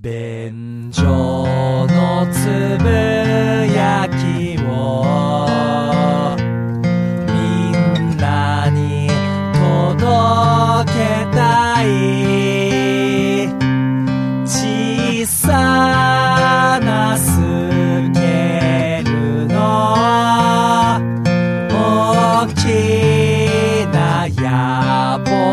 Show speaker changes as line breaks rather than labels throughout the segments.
便所のつぶやきをみんなに届けたい小さなスケールの大きな野望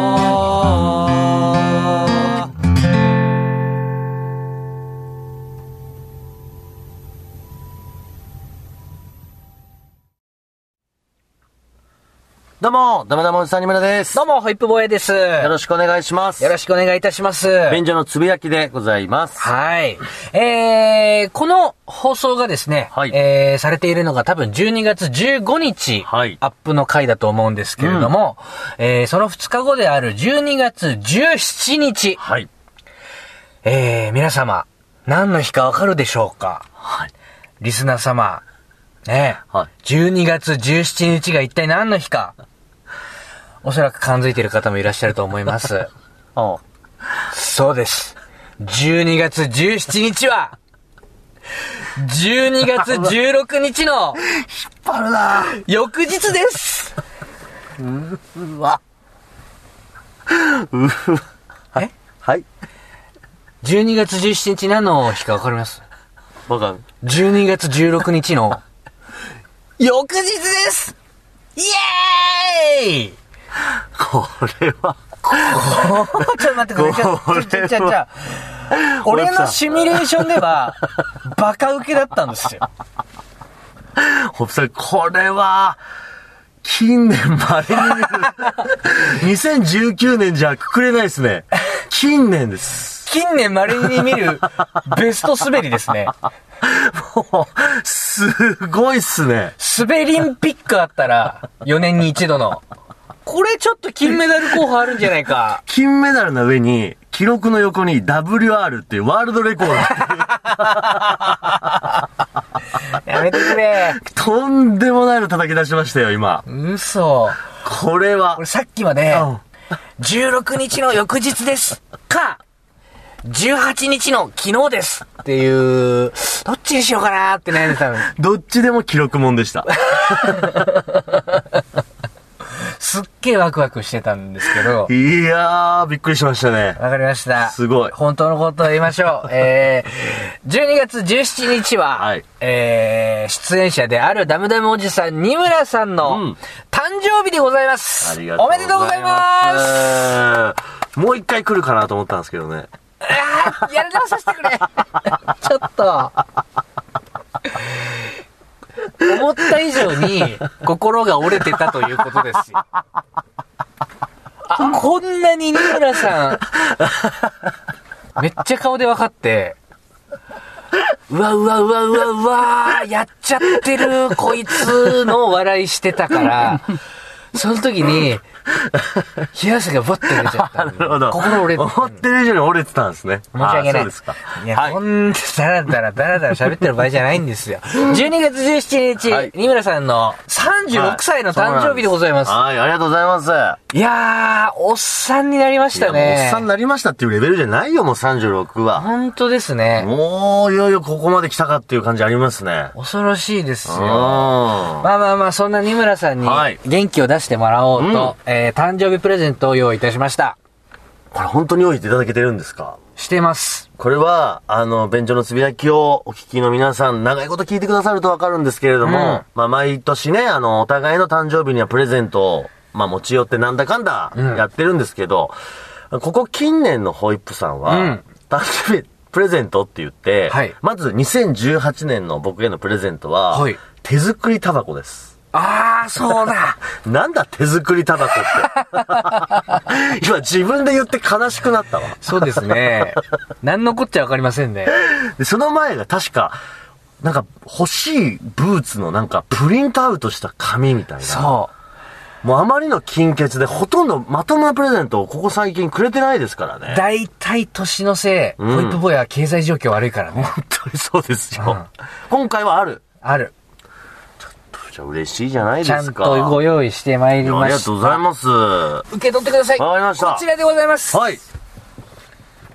どうも、ダメダメおじさんにむらです。
どうも、ホイップボーイです。
よ
よ
ろしくお願いします。
ろ
し
しくお願いいたします。
く便所のつぶやきでございます。
はい。えー、この放送がですね、
はい
えー、されているのが多分12月15日、
はい
アップの回だと思うんですけれども、えー、その2日後である12月17日、
はい。
えー、皆様、何の日かわかるでしょうか
はい。
リスナー様、ね、
はい
12月17日が一体何の日か、おそらく感づいている方もいらっしゃると思 います。
おう
そうです。12月17日は、12月16日 の
あるな
翌日です
うわ。うわ。はい。はい。
!12 月17日何の日かわかります
わかる。
?12 月16日の 翌日ですイエーイ
これは、
ちょっと待ってくれ。ちょ、ちょ、ちょ、ちょ、ちょ。 俺のシミュレーションでは、バカウケだったんですよ。
ホプさん、これは、近年稀に見る。2019年じゃくくれないですね。近年です。
近年稀に見るベスト滑りですね。
もうすごいっすね。
滑りんピックあったら、4年に一度の。これちょっと金メダル候補あるんじゃないか。
金メダルの上に、記録の横に WR っていうワールドレコード
やめてくれ。
とんでもないの叩き出しましたよ、今。
嘘。
これは
俺。さっきまで
うん、
16日の翌日です。か、18日の昨日です。っていう、どっちにしようかなって悩んでたの。
どっちでも記録もんでした。
すっげえワクワクしてたんですけど
い。やー、びっくりしましたね。
わかりました。
すごい
本当のことを言いましょ う。えー、12月17日は、
はい
えー、出演者であるダムダムおじさん、二村さんの、
うん
誕生日でございます。おめでとうございます。
す。もう一回来るかなと思ったんですけどね。
あーやり直させてくれ。 ちょっと。思った以上に心が折れてたということですよ。あ、こんなに二村さん、めっちゃ顔で分かって、うわうわうわうわうわやっちゃってるこいつの笑いしてたから、その時に、冷や汗がぶわって出ちゃっ
な
たの。
るほど。
心折れて
思ってる以上に折れてたんですね。
申し訳な
あーそ
い。
うですか。
いや、
はい
こんな、だらだら、だらだら喋ってる場合じゃないんですよ。12月17日、
はい
二村さんの36歳の誕生日でございます。
はい、ありがとうございます。
いやー、おっさんになりまし
いや、
た
もうお
ね。
っさんになりましたっていうレベルじゃないよ、もう36は。
本当ですね。
もう、いよいよここまで来たかっていう感じありますね。
恐ろしいです
うん。
よ。まあまあまあ、そんな二村さんに
はい
元気を出してもらおうと、えー誕生日プレゼントを用意いたしました。
これ本当に用意していただけてるんですか
してます。
これは、あの、便所のつぶやきをお聞きの皆さん、長いこと聞いてくださるとわかるんですけれども、
うん
まあ、毎年ね、あの、お互いの誕生日にはプレゼントを、まあ、持ち寄ってなんだかんだ
ん
やってるんですけど、ここ近年のホイップさんは、
うん
誕生日プレゼントって言って、
はい
まず2018年の僕へのプレゼントは、
はい
手作りタバコです。
あー、そうだ。
なんだ手作りタバコ って。今自分で言って悲しくなったわ。
そうですね。何のこっちゃわかりませんね。
で、その前が確か、なんか欲しいブーツのなんかプリントアウトした紙みたいな。
そう。
もうあまりの金欠でほとんどまともなプレゼントをここ最近くれてないですからね。
大体年のせい、
ん
ホイップボーイは経済状況悪いからね。
本当にそうですよ。
うん
今回はある。
ある。
じゃあ嬉しいじゃない
ちゃ
で
ん
すか。
とご用意してまいり
あ
ま
り
した。
がとうございます。は
受け取ってください。
わかりました
こちらでございます。
い。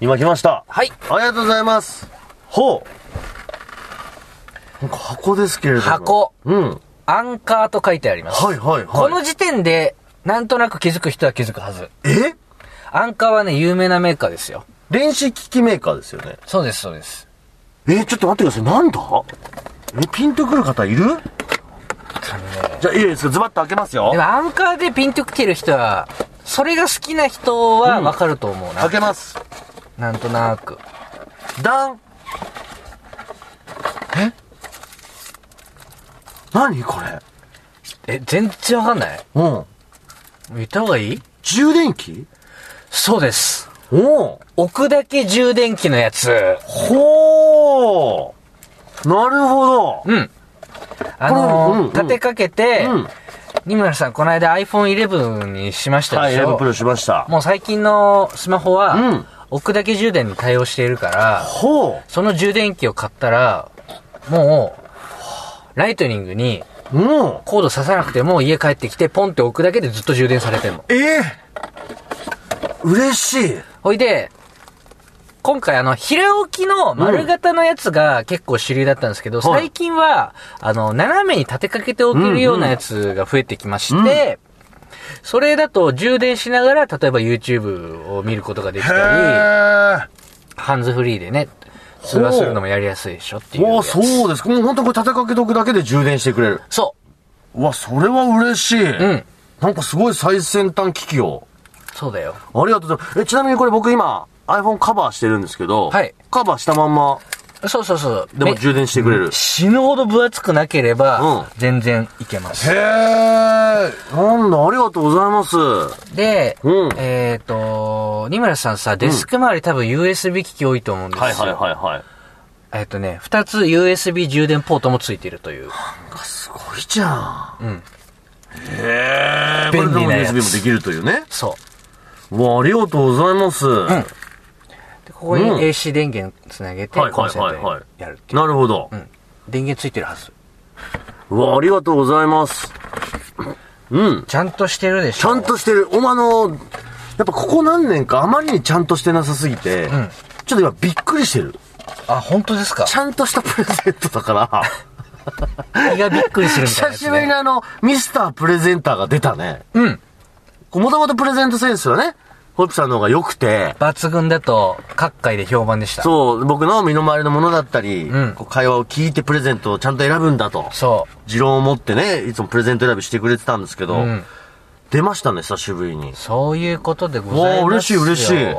今来ました。
はい。
ありがとうございます。ほう。なんか箱ですけれども。
箱。
うん。は
アンカーと書いてあります。
いはいはい。
この時点で、なんとなく気づく人は気づくはず。
え
アンカーはね、有名なメーカーですよ。
電子機器メーカーですよね。
そうです、そうです。
えー、ちょっと待ってください。なんだえ、ピンとくる方いるじゃあ、いいですかズバッと開けますよ
で。もアンカーでピンときてる人は、それが好きな人はわかると思うな。
開けます。
なんとなく。
ダンえ何これ
え、全然わかんない
うん。
言った方がいい
充電器
そうです。
おう
置くだけ充電器のやつ。
ほーなるほど
うん。あのー
うんうん
立てかけて、
うん。
二村さん、この間 iPhone11 にしました
は
で
い、
し
レ
ょ、
ブプロしました。
もう最近のスマホは、
うん
置くだけ充電に対応しているから、
ほ
その充電器を買ったら、もう、ライトニングに
ううん
コード刺さなくても家帰ってきてポンって置くだけでずっと充電されてるの。
ええ嬉しい
ほいで、今回あの、平置きの丸型のやつが結構主流だったんですけど、
はい
最近は、あの、斜めに立てかけておけるようなやつが増えてきまして、それだと充電しながら、例えば YouTube を見ることができたり、
へ
ハンズフリーでね、通話するのもやりやすいでしょって
え。
いう
わ
や
あ、
つ。
そうですか。もう本当これ立てかけとくだけで充電してくれる。
そう
わ、それは嬉しい。
う。うん。
なんかすごい最先端機器を。
そうだよ。
ありがとうございます。え、ちなみにこれ僕今 iPhone カバーしてるんですけど、
はい
カバーしたまんま
そうそうそう。
でも
め
充電してくれる。
死ぬほど分厚くなけれ
うん
ば、全然いけます。
へえ、なんだ、ありがとうございます。
で、
うん
えっ、と、二村さんさ、デスク周り多分 USB 機器多いと思うんですよ。
はいはい。
えっ、とね、二つ USB 充電ポートもついてるという。
すごいじゃん。
ん
へえ、
便利なやつ
USB もできるというね。
そう
わ、ありがとうございます。
う。でここに
うん
AC 電源つなげて、
はい
コ
はい
ンセント
はいはい
でやるっていう。
なるほど
う。ん。電源ついてるはず。
うわ、ありがとうございます。うん。
ちゃんとしてるでし
ち
ょ。
ゃんとしてる。お前あの、やっぱここ何年かあまりにちゃんとしてなさすぎて、
ん
ちょっと今びっくりしてる。
あ、本当ですか
ち。ゃんとしたプレゼントだ から、
気がびっくりするみた
久
いなやつ、
しぶりに
ね。
あの、ミスタープレゼンターが出たね。
うん。
もともとプレゼントセンスはね、ホイップさんの方が良くて、
抜群だと、各界で評判でした。そう。
そう、僕の身の回りのものだったり、
うん
こう会話を聞いてプレゼントをちゃんと選ぶんだと、持論を持ってね、いつもプレゼント選びしてくれてたんですけど、
うん
出ましたね、久しぶりに。
そういうことでございますよ。
わあ嬉しい嬉しい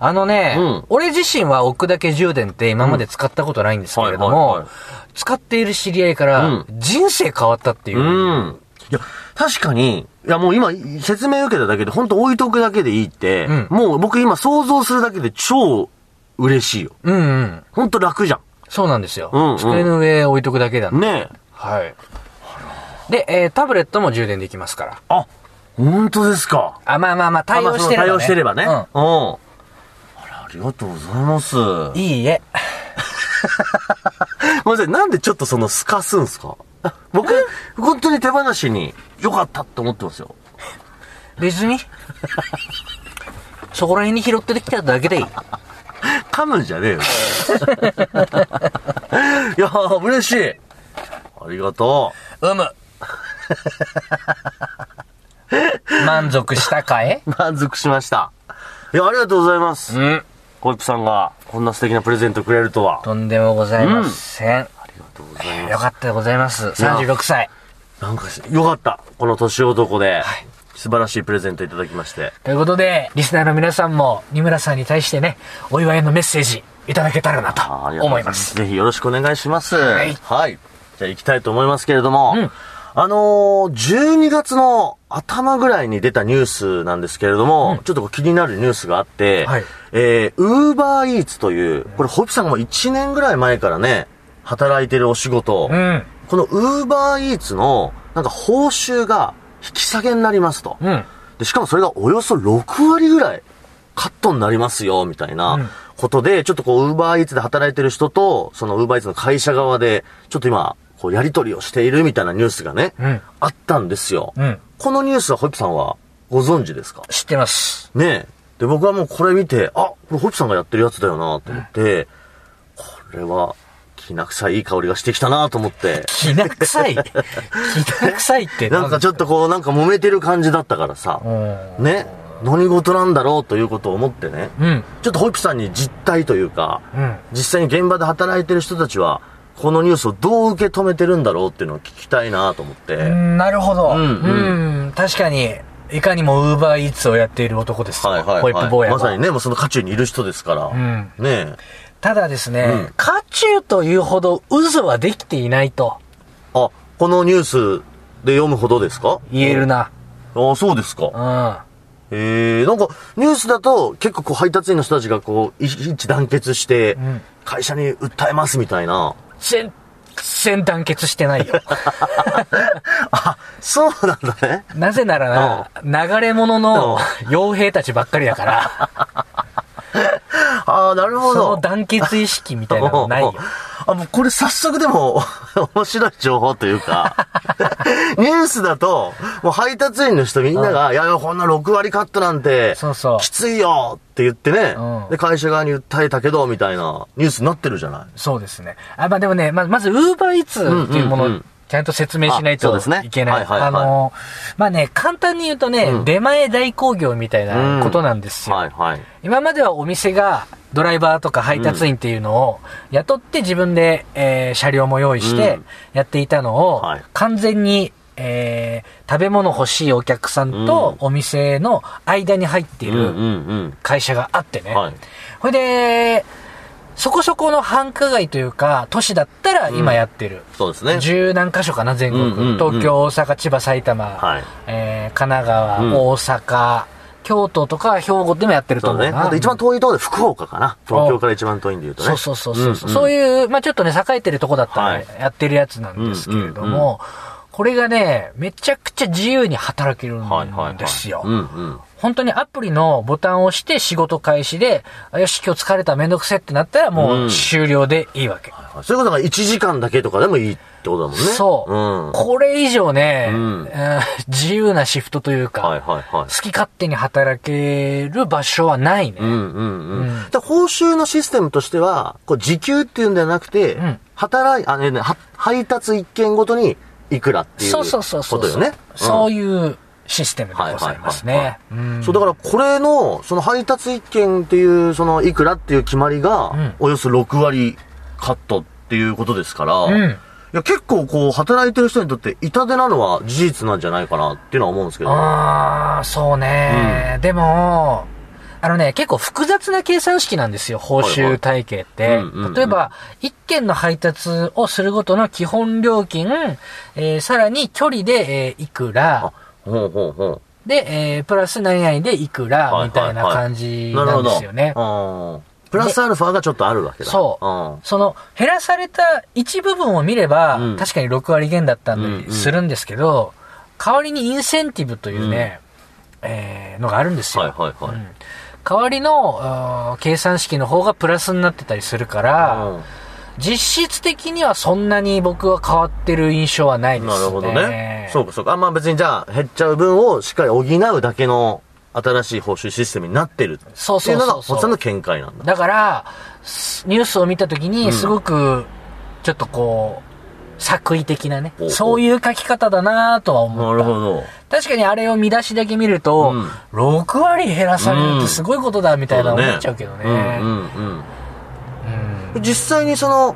あのね、
うん
俺自身は置くだけ充電って今まで使ったことないんですけれど
うんはいはい
も
は、
使っている知り合いから、
うん
人生変わったっていう。
うん。いや、確かに、いやもう今、説明受けただけで、本当置いとくだけでいいって、
うん
もう僕今想像するだけで超嬉しいよ。
うんうん。
本当楽じゃ
そうなんですよ。
うんうん
机の上置いとくだけだ
ん。
ね。
ねえ。
はい。で、えータブレットも充電できますから。
あ、本当ですか。
あ、まあまあまあ、対応してれば、ね。
対応してればね。うん。
う
あ
ん
ら、ありがとうございます。ごめん
いいえ。
なさい、なんでちょっとその透かすんすかあ僕、本当に手放しに良かったって思ってますよ。
別 に。そこら辺に拾ってきただけでいい。
噛むんじゃ ねえよ。いやー、嬉しい。ありがと。
うむ。満足したかいう
満足しました。いや、ありがとうございます。
ん。
コイプさんがこんな素敵なプレゼントくれるとは。
とんでもございません。
ありがとうござい
よ
ま
かったでございます。36歳。
す。なんかし、よかった。この年男で、素晴らしいプレゼントいただきまして。
ということで、リスナーの皆さんも、二村さんに対してね、お祝いのメッセージいただけたらなと
あーありがとうご
思
ざ
います。。
ぜひよろしくお願いします。はいじゃあ行きたいと思いますけれども、
うん
あのー、12月の頭ぐらいに出たニュースなんですけれども、ちょっとこう気になるニュースがあって、
はい
えー、ウーバーイーツという、これ、ホイップさんがもう1年ぐらい前からね、働いてるお仕事、
うん。
このウーバーイーツの、なんか報酬が引き下げになりますと。
うん。
で、しかもそれがおよそ6割ぐらいカットになりますよ、みたい
うん
なことで、ちょっとこう、ウーバーイーツで働いてる人と、そのウーバーイーツの会社側で、ちょっと今、こう、やりとりをしているみたいなニュースがね、
うん
あったんですよ。
うん
このニュースは、ホイップさんはご存知ですか
知ってます。
ねえ。で、僕はもうこれ見て、あ、これホイップさんがやってるやつだよなと思って、これは、きな臭いいい香りがしてきたなと思って、
き な臭い。きな臭いって
なんかちょっとこう、なんか揉めてる感じだったからさ、
う
ね、何事なんだろうということを思ってね、
ん。
ちょっとホイップさんに実態というか、
うん。
実際に現場で働いてる人たちは、このニュースをどう受け止めてるんだろうっていうのを聞きたいなと思って。
うん。なるほど。
う
うんん。確かに、いかにもウーバーイーツをやっている男ですよ。
はいはい、
ホイップ坊
はい。
やは。
まさにね、もうその渦中にいる人ですから。
ん
ねえ。
ただですね、
うん
渦中というほど渦はできていないと
あ、このニュースで読むほどですか
言えるな。
あ、そうですか。
うん。
えー、なんか、ニュースだと、結構こう、配達員の人たちがこう、い一致団結して、
ん
会社に訴えますみたいな。
全然団結してな いよ。
そうなんだね。
なぜならな、流れ者の傭兵たちばっかり だから、
ああ、なるほ
そ
ど。
の団結意識みたいなのないよ。
あ、もうこれ早速でも 面白い情報という か、ニュースだと、もう配達員の人みんなが、いやいや、こんな6割カットなんて、
そうそう
きついよって言ってね、
うん
で、会社側に訴えたけど、みたいなニュースになってるじゃない。
そうですね。あ、まあでもね、まあまず、ウーバーイーツっていうもの
うんうんう
を
ん
ちゃんと説明しない
あそ
と
うですね
いけ
は
ないい。
はいはい
あの、まあね、簡単に言うとね、
うん
出前代行業みたいなことなんですよ。
はいはい。
今まではお店がドライバーとか配達員っていうのを雇って自分で、えー車両も用意し
う
て
ん
やっていたのを、
はい
完全に、えー食べ物欲しいお客さん
うん
とお店の間に入ってい
うんう
る
ん
会社があって
う
ね。
ん。はい。
ほいで、そこそこの繁華街というか、都市だったら今やってる。
そうですね。
十何箇所かな、全国。
うんうんうん
東京、大阪、千葉、埼玉、
はい
えー神奈川、
うん
大阪、京都とか兵庫でもやってると
そう
思う
ね。あ
な。
と一番遠いところで福岡かな。東京から一番遠いんで言うとね。
そうそうそうそう。
んん
そういう、まあちょっとね、栄えてるとこだった
は
ら
い
やってるやつなんですけれども、
うんうんう
これがね、めちゃくちゃ自由に働ける
はいはいはい。
んですよ。
うんうん。
本当にアプリのボタンを押して仕事開始で、あよし、今日疲れためんどくせってなったらもう終了でいいわけ。
そういうことが1時間だけとかでもいいってことだもんね。
そう、
うん。
これ以上ね、
うん
えー自由なシフトというか、
はいはいはい
好。き勝手に働ける場所はないね。
うんうんうん。
うん
で報酬のシステムとしては、こう時給っていうんではなくて、
ん
働い、あ、ね、ねは配達1件ごとにいくらっていう
そ
こ
うそうそうそう。
とよね。
そう
い
いうシステムでございますね。うん
そう、だからこれの、その配達1件っていう、そのいくらっていう決まりが、
ん
およそ6割カットっていうことですから、
うん
いや結構こう、働いてる人にとって痛手なのは事実なんじゃないかなっていうのは思うんですけど。
ああ、そうね、でも、あのね、結構複雑な計算式なんですよ、
は
報
いはい
酬体系って。
うんうんうん
例えば、1件の配達をするごとの基本料金、えーさらに距離で、えーいくら、
ほうほうほ
で、えープラス何々でいくら、みたいな感じ
う。なる
な
ほ
ん
ど。
ですよね。
うんプラスアルファがちょっとあるわけだ。
そう
うん。
その、減らされた一部分を見れば、
うん
確かに6割減だった
うん
ん
うん
で、するんですけど、代わりにインセンティブというね、えーのがあるんですよ。
はいはいはい。
うん代わりの、うん計算式の方がプラスになってたりするから、実質的にはそんなに僕は変わってる印象はない
うん
ですね。
なるほどね。そうかそうか。あまあ別にじゃあ減っちゃう分をしっかり補うだけの新しい報酬システムになってる。
そう
ってい
そうう
のが、
そう
ホ
そう
ッさんの見解なんだ。
だから、すニュースを見たとき
うん
に、すごく、ちょっとこう、作為的なね
ほうほう、
そういう書き方だなとは思
な
う。
るほど。
確かにあれを見出しだけ見ると、
うん
6割減らされるってすごいことだみたいな
そうだね
思っちゃうけどね。
うんうんうん。実際にその、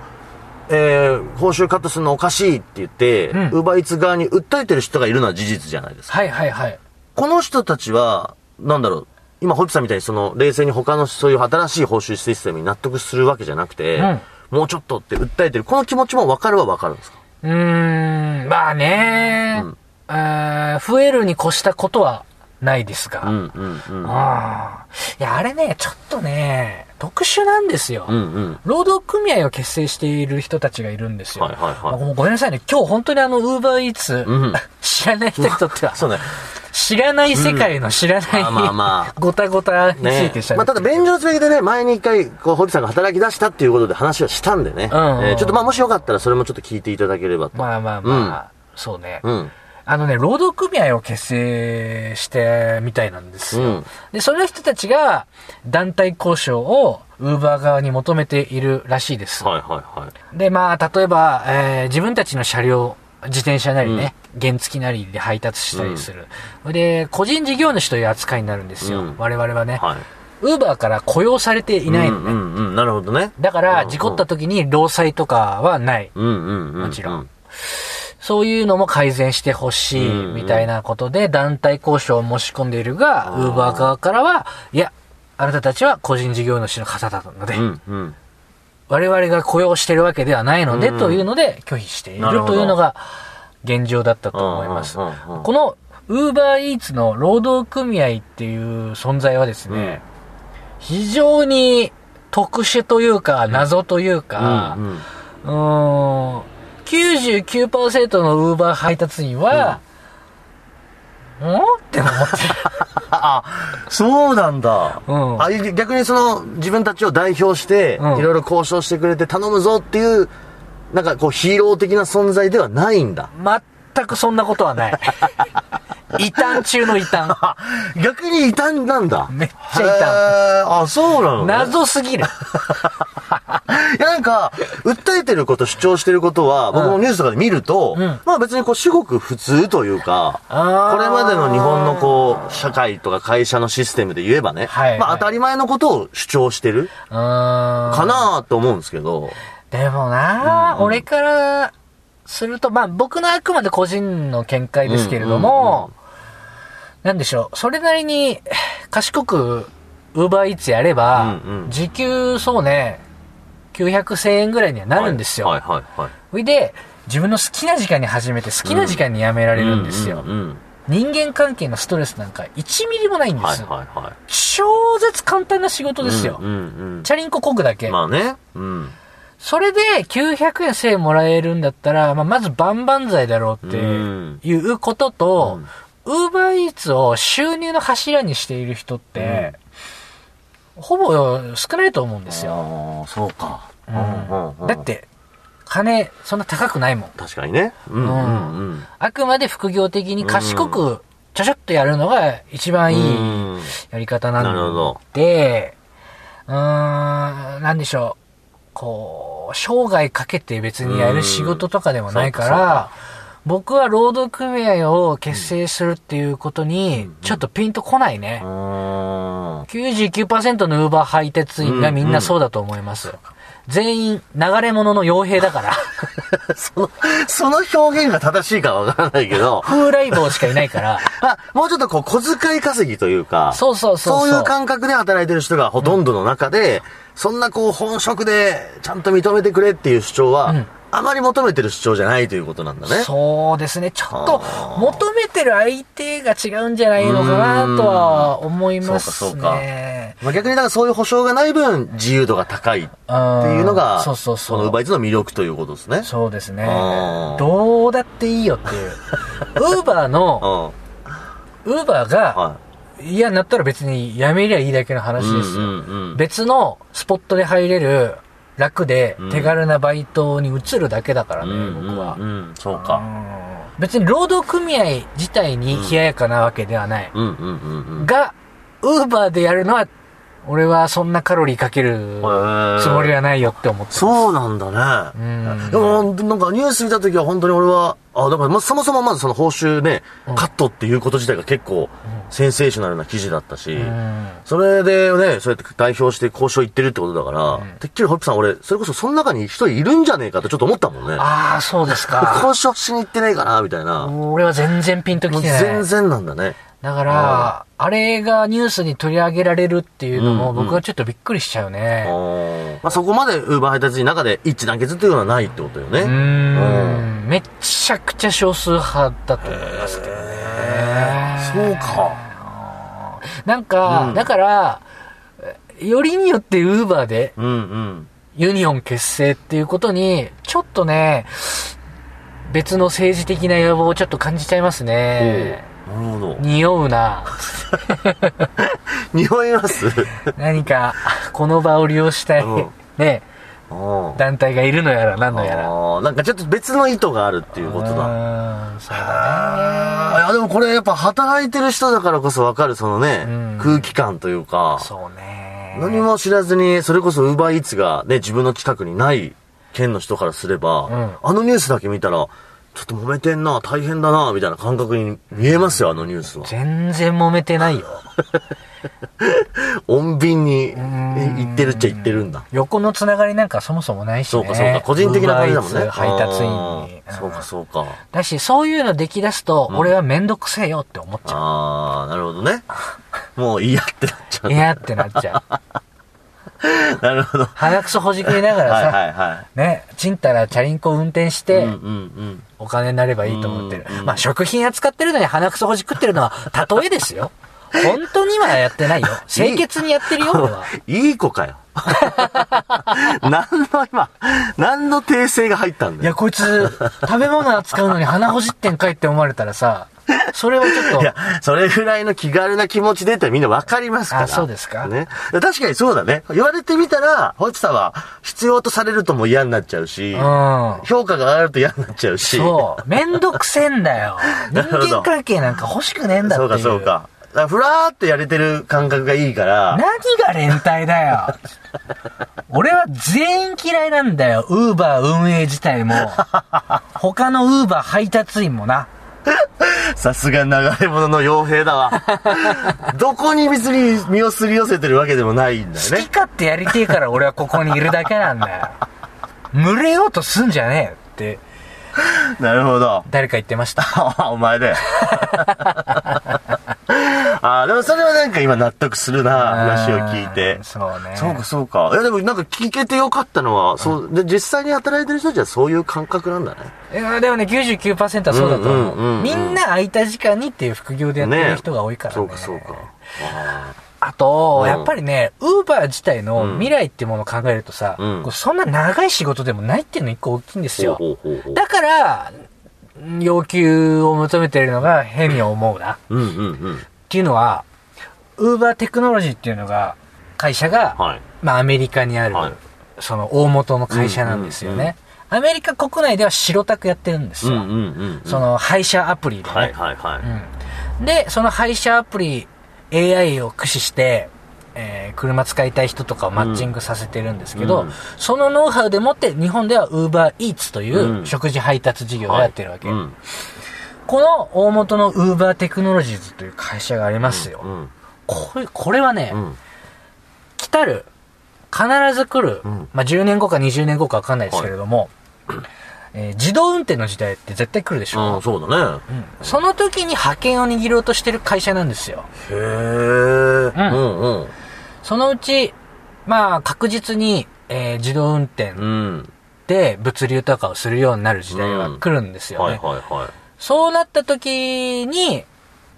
えー、報酬カットするのおかしいって言って、ウ
ん
ーバーイーツ側に訴えてる人がいるのは事実じゃないですか。
はいはいはい。
この人たちは、なんだろう、今、ホイップさんみたいにその、冷静に他のそういう新しい報酬システムに納得するわけじゃなくて、
うん
もうちょっとって訴えてる、この気持ちも分かるは分かるんですか
うーん、まあね、えー増えるに越したことはないですが。
うんうんうん。
あーいや、あれね、ちょっとね、特殊なんですよ。
うんうん。
労働組合を結成している人たちがいるんですよ。
はいはいはい
もうごめんなさいね。今日本当にあの、ウーバーイーツ
うん、
知らない人にとっては、
そうね。
知らない世界の知らない、
うんまあまあまあ
ごたごたについ
ね
てしゃべってる
まあ、ただ、便乗すべきでね、前に一回、こう、ホイップさんが働き出したっていうことで話はしたんでね。
うんうん
えーちょっとまあ、もしよかったらそれもちょっと聞いていただければと。
まあまあまあ、そうね。
うん。
あのね、労働組合を結成してみたいなんですよ。
うん
で、その人たちが団体交渉をウーバー側に求めているらしいです。
はいはいはい。
で、まあ、例えば、えー自分たちの車両、自転車なりね、原付なりで配達したりする。で、個人事業主という扱いになるんですよ。
うん
我々はね。
はい。
ウーバーから雇用されていないの
うんうんうん。なるほどね。
だから、事故った時に労災とかはない。
うんうんうん。
もちろん。そういうのも改善してほし
うんう
い、
ん
みたいなことで、団体交渉を申し込んでいるが、
あ
ウ
ー
ーバー側からは、いや、あなたたちは個人事業主の方なので
う、んうん。
我々が雇用してるわけではないので、
うん
というので拒否している
なるほど
というのが現状だったと思います。
うん
こ
うんうんうん
のウーバーイーツの労働組合っていう存在はですね、非常に特殊というか、謎というか、
うんうん
うーん、99%のウーバー配達員は、んって思って
あ、そうなんだ。
うん
あ逆にその、自分たちを代表して、い
うん
ろいろ交渉してくれて頼むぞっていう、なんかこうヒーロー的な存在ではないんだ。
る。全くそんなこと はない。異端中の異端。
あ、逆に異端なんだ。
めっちゃ異端
へーあ、そうなの、ね、
謎すぎる。
いやなんか、訴えてること、主張してることは、僕もニュースとかで見ると、
うん
まあ別にこう、至極普通というか、
あー
これまでの日本のこう、社会とか会社のシステムで言えばね、
はいはい
まあ当たり前のことを主張してる
うーん
かなと思うんですけど、
でもな、俺からすると、まあ僕のあくまで個人の見解ですけれども、なんでしょう、それなりにえー賢く UberEats やれば、
うんうん
時給そうね、900円ぐらいにはなるんですよ。
はいはいはい。
それで、自分の好きな時間に始めて好きな時間にやめられるんですよ。
うんうん
人間関係のストレスなんか1ミリもないん
うん
で
はい
す。
はいはい。
超絶簡単な仕事ですよ。
うんうん
チャリンコこぐだ
う
け。
ん。まあね。うん。
それで900円1000円もらえるんだったら、まあ、まず万々歳だろうって
うん
いうことと、ウーバーイーツを収入の柱にしている人って、ほぼ少ないと思うんですよ。
ああ、そうか。
う
うんんうんうん
だって、金、そんな高くないもん。
確かにね。うんうんうん。
あくまで副業的に賢く、ちゃちゃっとやるのが一番いい
うん
やり方
なるほ
なん
ど
で、うーん、なんでしょう。こう、生涯かけて別にやる仕事とかでもないか
うんそう
ら、僕は労働組合を結成するっていうことに、ちょっとピンとこないね。
うん
99%のウーバー配達員がみんなそうだと思います。全員、流れ者の傭兵 だから、
その、その表現が正しいかわからないけ ど、
風来坊しかいないから、
あ、もうちょっとこう、小遣い稼ぎというか、
そうそうそうそう
そういう感覚で働いてる人がほとんどの中で、そんなこう、本職でちゃんと認めてくれっていう主張は、
うん
あまり求めてる主張じゃないということなんだね。
そうですね。ちょっと
あ、ー
求めてる相手が違うんじゃないのかなとは思います
う
ね。
んそうかそうまあ、逆にだからそういう保証がない分、自由度が高いって
って
いうのが、
そうそうそう。
このウバイツの魅力ということですね。
そうですね
あ。ー
どうだっていいよって いう。ウーバー
う
の、
ん。
ウーバーが
は
嫌になったら別にやめりゃいいだけの
い。
話ですよ。
んうんうん
別のスポットで入れる楽で手軽なバイトに移るだけだからね、僕は。
うんうんうん、そうか。
うん別に労働組合自体に冷ややかなわけではない。
うんうんうんうん。
が、ウーバーでやるのは、俺はそんなカロリーかけるつもりはないよって思ってう。
そうなんだ
うん
ね。でも、なんかニュース見たときは本当に俺は、あ、だからま、そもそもまずその報酬ね、カットっていうこと自体が結構センセーショナルな記事だったし、
うん
それでね、そうやって代表して交渉行ってるってことだから、てっきりホップさん俺、それこそその中に一人いるんじゃねえかってちょっと思ったもんね。
ああ、そうです か。
交渉しに行ってないかな、みたいな。
俺は全然ピンと
も
き
う
てない。
全然なんだね。
だから、あれがニュースに取り上げられるっていうのも
うんうん
僕はちょっとびっくりしちゃうね。
まあ、そこまでウーバー配達員の中で一致団結っていうのはないってことよね。
うーん。めっちゃくちゃ少数派だと思いますけど
そ
ね。
うか。
なんか、だから、よりによってウーバーで
うんうん。
ユニオン結成っていうことに、ちょっとね、別の政治的な野望をちょっと感じちゃいますね。
なるほど。
匂 うな。
匂います
何か、この場を利用したい
うん。
ね、
うん
団体がいるのやら何のやら。
あーなんかちょっと別の意図があるっていうことだ。
だ。そうだね。
あいやでもこれやっぱ働いてる人だからこそわかるそのね、
うん
空気感というか、
そうね。
何も知らずに、それこそウーバーイーツがね、自分の近くにない県の人からすれば、
ん
あのニュースだけ見たら、ちょっと揉めてんな、大変だな、みたいな感覚に見えますよ、あのニュースは。
全然揉めてないよ。
穏便にえ
ん
言ってるっちゃ言ってるんだ。
横のつながりなんかそもそもないしね。
そうかそうか、個人的な感じだもん
Uber
ね。
Eats 配達員に。
あーそうかそうか。
だし、そういうのでき出すと、俺はめんどくせえよって思っちゃ
あー、なるほどね。もういいやってなっちゃ
う。いやーってなっちゃう。
う。なるほど。は
鼻くそほじくりなが
い
らさ、
はいはい。
ね、ちんたらチャリンコ運転して、
うんうん
お金になればいいと思ってる
うんう。ん
まあ、食品扱ってるのに鼻くそほじくってるのは、例えですよ。本当にはやっ てないよ。清潔にやってるよ、俺は。
うん。いい子かよ。 何の今、何の訂正が入ったん
い
だ
や、
よ。
こいつ、 食べ物扱うのに鼻ほじってんかいって思われたらさ、それはちょっ
い
と
や、、それぐらいの気軽な気持ちでってみんなわかりますから。
あそうですか
ね。確かにそうだね。言われてみたら、ホイッチさんは必要とされるとも嫌になっちゃうし、
うん。
評価が上がると嫌になっちゃうし。
そう。めんどくせえんだよ。人
なるほど
間関係なんか欲しくねえんだっ
そか
ていうう。
そうか。だからふらーってやれてる感覚がいいから、
何が連帯だよ。俺は全員嫌いなんだよ。ウーバー運営自体も。他のウーバー配達員もな。
さすが流れ物の傭兵だ わ。どこに別に身をすり寄せてるわけでもないんだよ
好き
ね。
勝手やりてえから俺はここにいるだけなんだよ。群れようとすんじゃねえよって
なるほど。
誰か言ってました。
あ お前だ よ。あでもそれはなんか今納得するな、話を聞いて
うん。そうね。
そうか、そうか。いや、でもなんか聞けてよかったのは、そう、で、実際に働いてる人たちはそういう感覚なんだね。
いやでもね、99%はそうだと思う,、
うんうんうんうん
みんな空いた時間にっていう副業でやってる人が多いからね。
そうか、そうか。あ
あと、
うん
やっぱりね、ウーバー自体の未来ってものを考えるとさ、
うん
こうそんな長い仕事でもないっていうの一個大きいんです
ー
よ。
ほうほうほうほう。
だから、要求を求めてるのが変に思うな。っ
うんうんうん。
ていうのは、ウーバーテクノロジーっていうのが、会社が、
はい。
まあアメリカにある、
はい
その大元の会社なんですよね。
うんうんうん
アメリカ国内では白タクやってるんです
うん
よ。
うんうん。
そ、の配車アプリで、ね
はいはいは
うん、で、その配車アプリ、AI を駆使して、えー車使いたい人とかをマッチングさせてるんですけど、
うん
そのノウハウでもって日本では UberEats といううん食事配達事
い。
業をやってるわけ。
うん。
この大元の Uber Technologies という会社がありますよ。
うん。
これこれはね、
うん。
来たる、必ず来る、
うん
まあ、10年後か20年後か分かんないですけれども、えー自動運転の時代って絶対来るでしょ。
ああ、そうだね。
うんその時に派遣を握ろうとしてる会社なんですよ。
へえ。うんうん。
そのうち、まあ確実に、えー自動運転
うん。
で物流とかをするようになる時代が来るんですよね。
はいはいはい。
そうなった時に、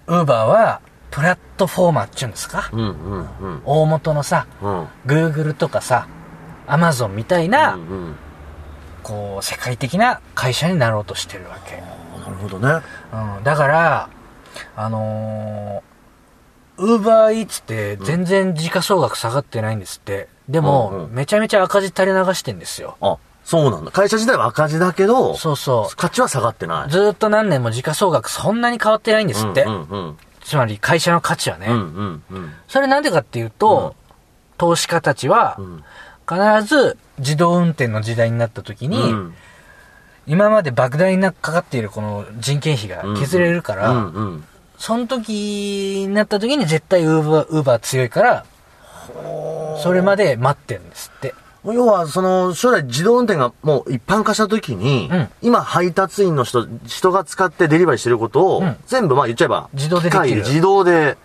ウーバーはプラットフォーマーっていうんですか
うんうんうん。
大元のさ、
うん。
Google とかさ、Amazon みたいな、
うんうん
こう、世界的な会社になろうとしてるわけ。
あなるほどね。
うん、だから、あのー、ウーバーイーツって全然時価総額下がってないんですって。でも、
うんうん
めちゃめちゃ赤字垂れ流してんですよ。
あ、そうなんだ。会社自体は赤字だけど、
そうそ
価値は下がってな
う。
い。
ずーっと何年も時価総額そんなに変わってないんですって。
うんうん
つまり会社の価値はね。
うん。うんうんうん。
それなんでかっていうと、投資家たちは
う、ん
必ず自動運転の時代になった時に、
うん
今まで莫大なかかっているこの人件費が削れるから、
うんうん。
その時になった時に絶対ウーバー、ウーバー強いから、それまで待ってるんですって。
要は、その、将来自動運転がもう一般化した時に、
うん
今配達員の人、人が使ってデリバリーしてることを、
うん
全部まあ言っちゃえば、
自動ででき
機
る
械自動で、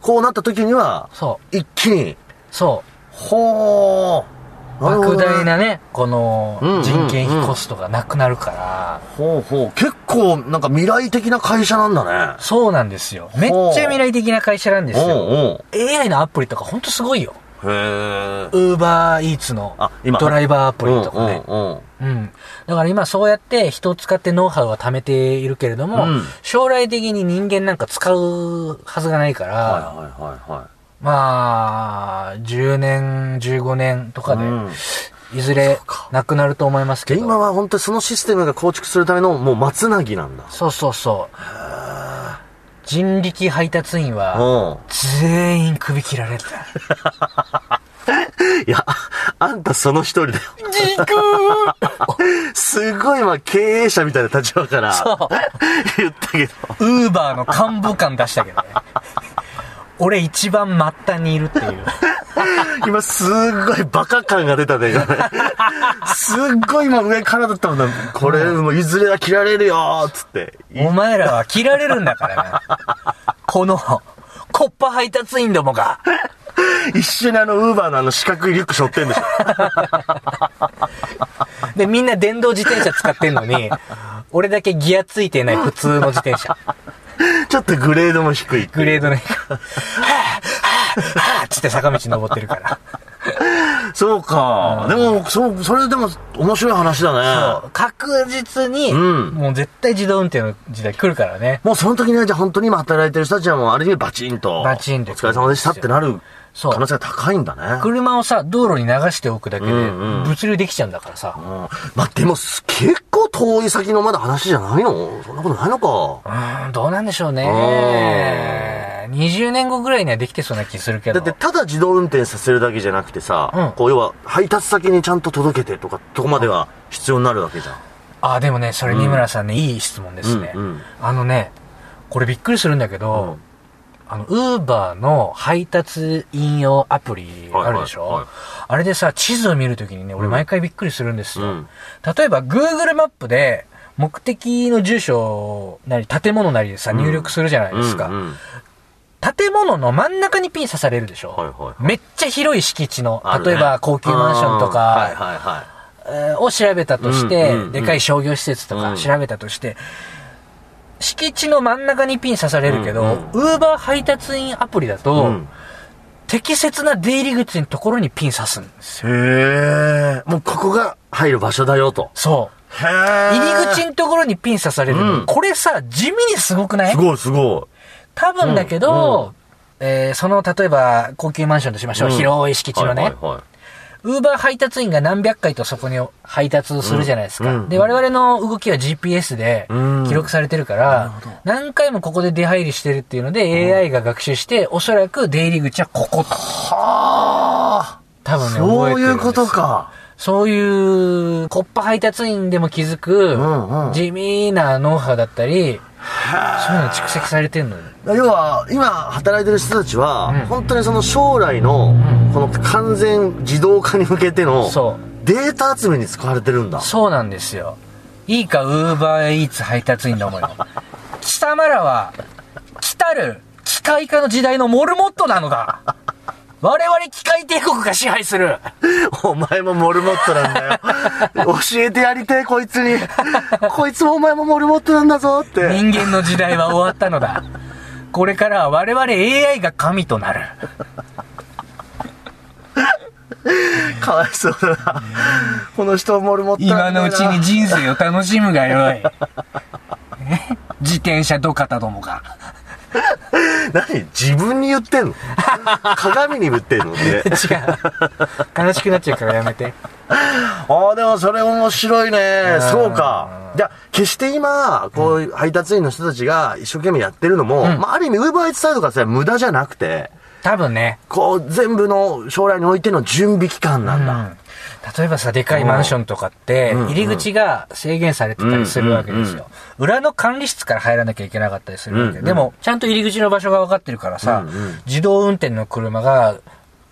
こうなった時には、
そう。
一気に、
そ
ほー。
う。莫大
ね。
なね、この
うんうんうん
人件費コストがなくなるから、
ほうほう。結構、なんか未来的な会社なんだね。
そうなんですよ。めっちゃ未来的な会社なんですよ。
おう
AI のアプリとかほんとすごいよ。
おう。へえ。
ウーバーイーツの
あ今
ドライバーアプリとかね。
うんうんうん。
うん。だから今そうやって人を使ってノウハウは貯めているけれども、
うん
将来的に人間なんか使うはずがないから、
はいはいはいはい。
まあ、10年、15年とかで、
うん
いずれなくなると思いますけ
で、
ど。
今は本当にそのシステムが構築するための、もう松なぎなんだ。
そうそうそう。人力配達員は、
うん。
全員首切られた。
いや、あんたその一人だよ。
ギク
すごい、まあ、経営者みたいな立場から
そう、
言ったけど。
ウーバーの幹部感出したけどね。俺一番末端にいるっていう。
今、すっごいバカ感が出たね、今ね すっごい今上からだったもんな。これ、もういずれは切られるよーっつって。い
お前らは切られるんだからな。この、コッパ配達員どもが、
一緒にあの、ウーバーのあの、四角いリュック背負ってんでしょ。
で、みんな電動自転車使ってんのに、俺だけギアついてない普通の自転車。
ちょっとグレードも低い。
グレードね。はぁ、はぁ、はぁ、つって坂道登ってるから。
そうか。でも、そう、それでも、面白い話だね。
確実に、
うん
もう絶対自動運転の時代来るからね。
もうその時には、じゃあ本当に今働いてる人たちはもう、ある意味バチンと。
バチンと
お疲れ様でしたってなる。
そう
可能性が高いんだね。
車をさ、道路に流しておくだけで、
うんうん
物流できちゃうんだからさ。
うんまあ、でも、す結構遠い先のまだ話じゃないのそんなことないの
う
か。
ーん、どうなんでしょうね。20年後ぐらいにはできてそうな気するけ
だっ
ど。
て、ただ自動運転させるだけじゃなくてさ、
うん
こう、要は、配達先にちゃんと届けてとか、とこまでは必要になるわけじゃん。
あ、でもね、それ、二村さんね、いい質問ですね、
うんうん
あのね、これびっくりするんだけど、
うん
あの、ウーバーの配達引用アプリあるでしょ、
はいはいはい
あれでさ、地図を見るときにね、俺毎回びっくりするんですよ。
うん
例えば、Google マップで、目的の住所なり、建物なりでさ、入力するじゃないですか。
うんうん
建物の真ん中にピン刺されるでしょ、
はいはいは
めっちゃ広い敷地の、
あるね
例えば高級マンションと
うんはい
か、
はいはい。
えーを調べたとして、
うんうんうん
でかい商業施設と
う
か
ん
調べたとして、敷地の真ん中にピン刺されるけど、
うん
ウーバー配達員アプリだと、
うん
適切な出入り口のところにピン刺すんですよ。
へえ。もうここが入る場所だよと。
そう。
へえ。
入り口のところにピン刺されるの、
うん
これさ、地味にすごくない
すごいすご
多分だけど、えーその、例えば、高級マンションとしましょう。
うん
広い敷
い。
地のね。
はいはいはい
ウーバー配達員が何百回とそこに配達をするじゃないですか。
うんうん
で、我々の動きは GPS で
うん
記録されてるから、何回もここで出入りしてるっていうので、AI が学習して、おそらく出入り口はここ。
はあ。
多分ね、覚え
そう
て
い
るん
う
です
こ
よ
と。か。
そういう、コッパ配達員でも気づ
んう
く
ん、
地味なノウハウだったり、そういうの蓄積されてんのよ。
要は、今働いてる人たちは、
うん
本当にその将来の、この完全自動化に向けての、
そう。
データ集めに使われてるんだ。
そうなんですよ。いいか、ウーバーイーツ配達員どもよ。 貴様らは、来たる機械化の時代のモルモットなのだ。我々機械帝国が支配する。
お前もモルモットなん だよ。教えてやりてえ、こいつに。こいつもお前もモルモットなんだぞって。
人間の時代は終わったのだ。これからは我々 AI が神となる。
かわいそうだな。この人モルモット
今
なんだ
の
よな
うちに人生を楽しむがよい。え自転車どかたどもが。
何自分に言ってん の鏡に言ってんのね
違。う。悲しくなっちゃうからやめて。
ああ、でもそれ面白いね。そうか。じゃあ、決して今、こういう配達員の人たちが一生懸命やってるのも、まあ、ある意味、ウーバーイーツサイドからさ、無駄じゃなくて、
多分ね。
こう、全部の将来においての準備期間なんだ。
例えばさ、でかいマンションとかって、
うん
入り口が制限されてたりするわけですよ。裏の管理室から入らなきゃいけなかったりするわけ。
うん
でも、ちゃんと入り口の場所が分かってるから
う
さ、
んうん
自動運転の車が、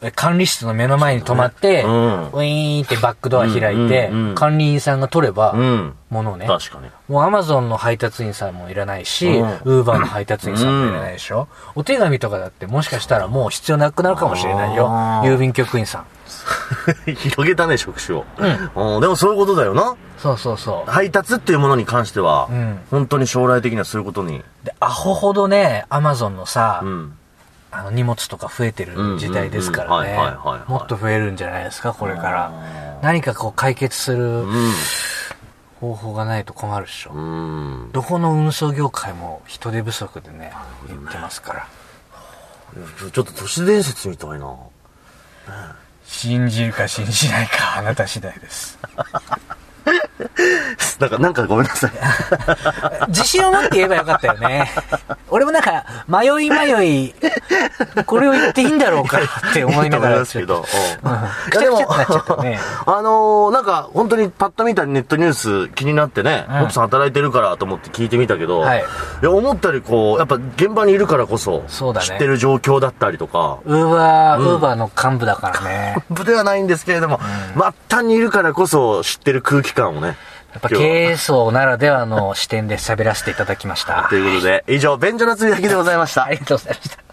え管理室の目の前に止まって、
う
ウ
ん
ィーンってバックドア開いて、
うんうんうん
管理員さんが取れば、
うん。
物をね。
確かに。
もうアマゾンの配達員さんもいらないし、ウ
うん
ーバーの配達員さんもいらないでしょ、お手紙とかだってもしかしたらもう必要なくなるかもしれないよ。
あー
郵便局員さん。
広げたね、職種を。うん。でもそういうことだよな。
そうそうそう。
配達っていうものに関しては、
うん
本当に将来的にはそういうことに。
で、アホほどね、アマゾンのさ、
うん。
あの荷物とか増えてる時代ですから
う
ね
んうんうんはいはいはいは。い
もっと増えるんじゃないですか、これから。何かこう解決する方法がないと困るでしょ。
うん。
どこの運送業界も人手不足でね、言ってますから。
ちょっと都市伝説みたいな。
信じるか信じないか、あなた次第です。
なんか、なんかごめんなさい。
自信を持って言えばよかったよね。俺もなんか、迷い迷い、これを言っていいんだろうかって 思いながら。
いいと 思いますけど。うん
くちゃくちゃってなっちゃったね
あのーなんか、本当にパッと見たネットニュース気になってね、
うん
奥さん働いてるからと思って聞いてみたけど、
はい
や、思ったよりこう、やっぱ現場にいるからこそ、
そうだね
知ってる状況だったりとか、
ウーバー、ウーバーの幹部だからね。
部ではないんですけれども、末端にいるからこそ知ってる空気感をね、
やっぱ経営層ならではの視点で喋らせていただきました。
ということで、以上、便所のつぶやきでございました
あ。りがとうございました。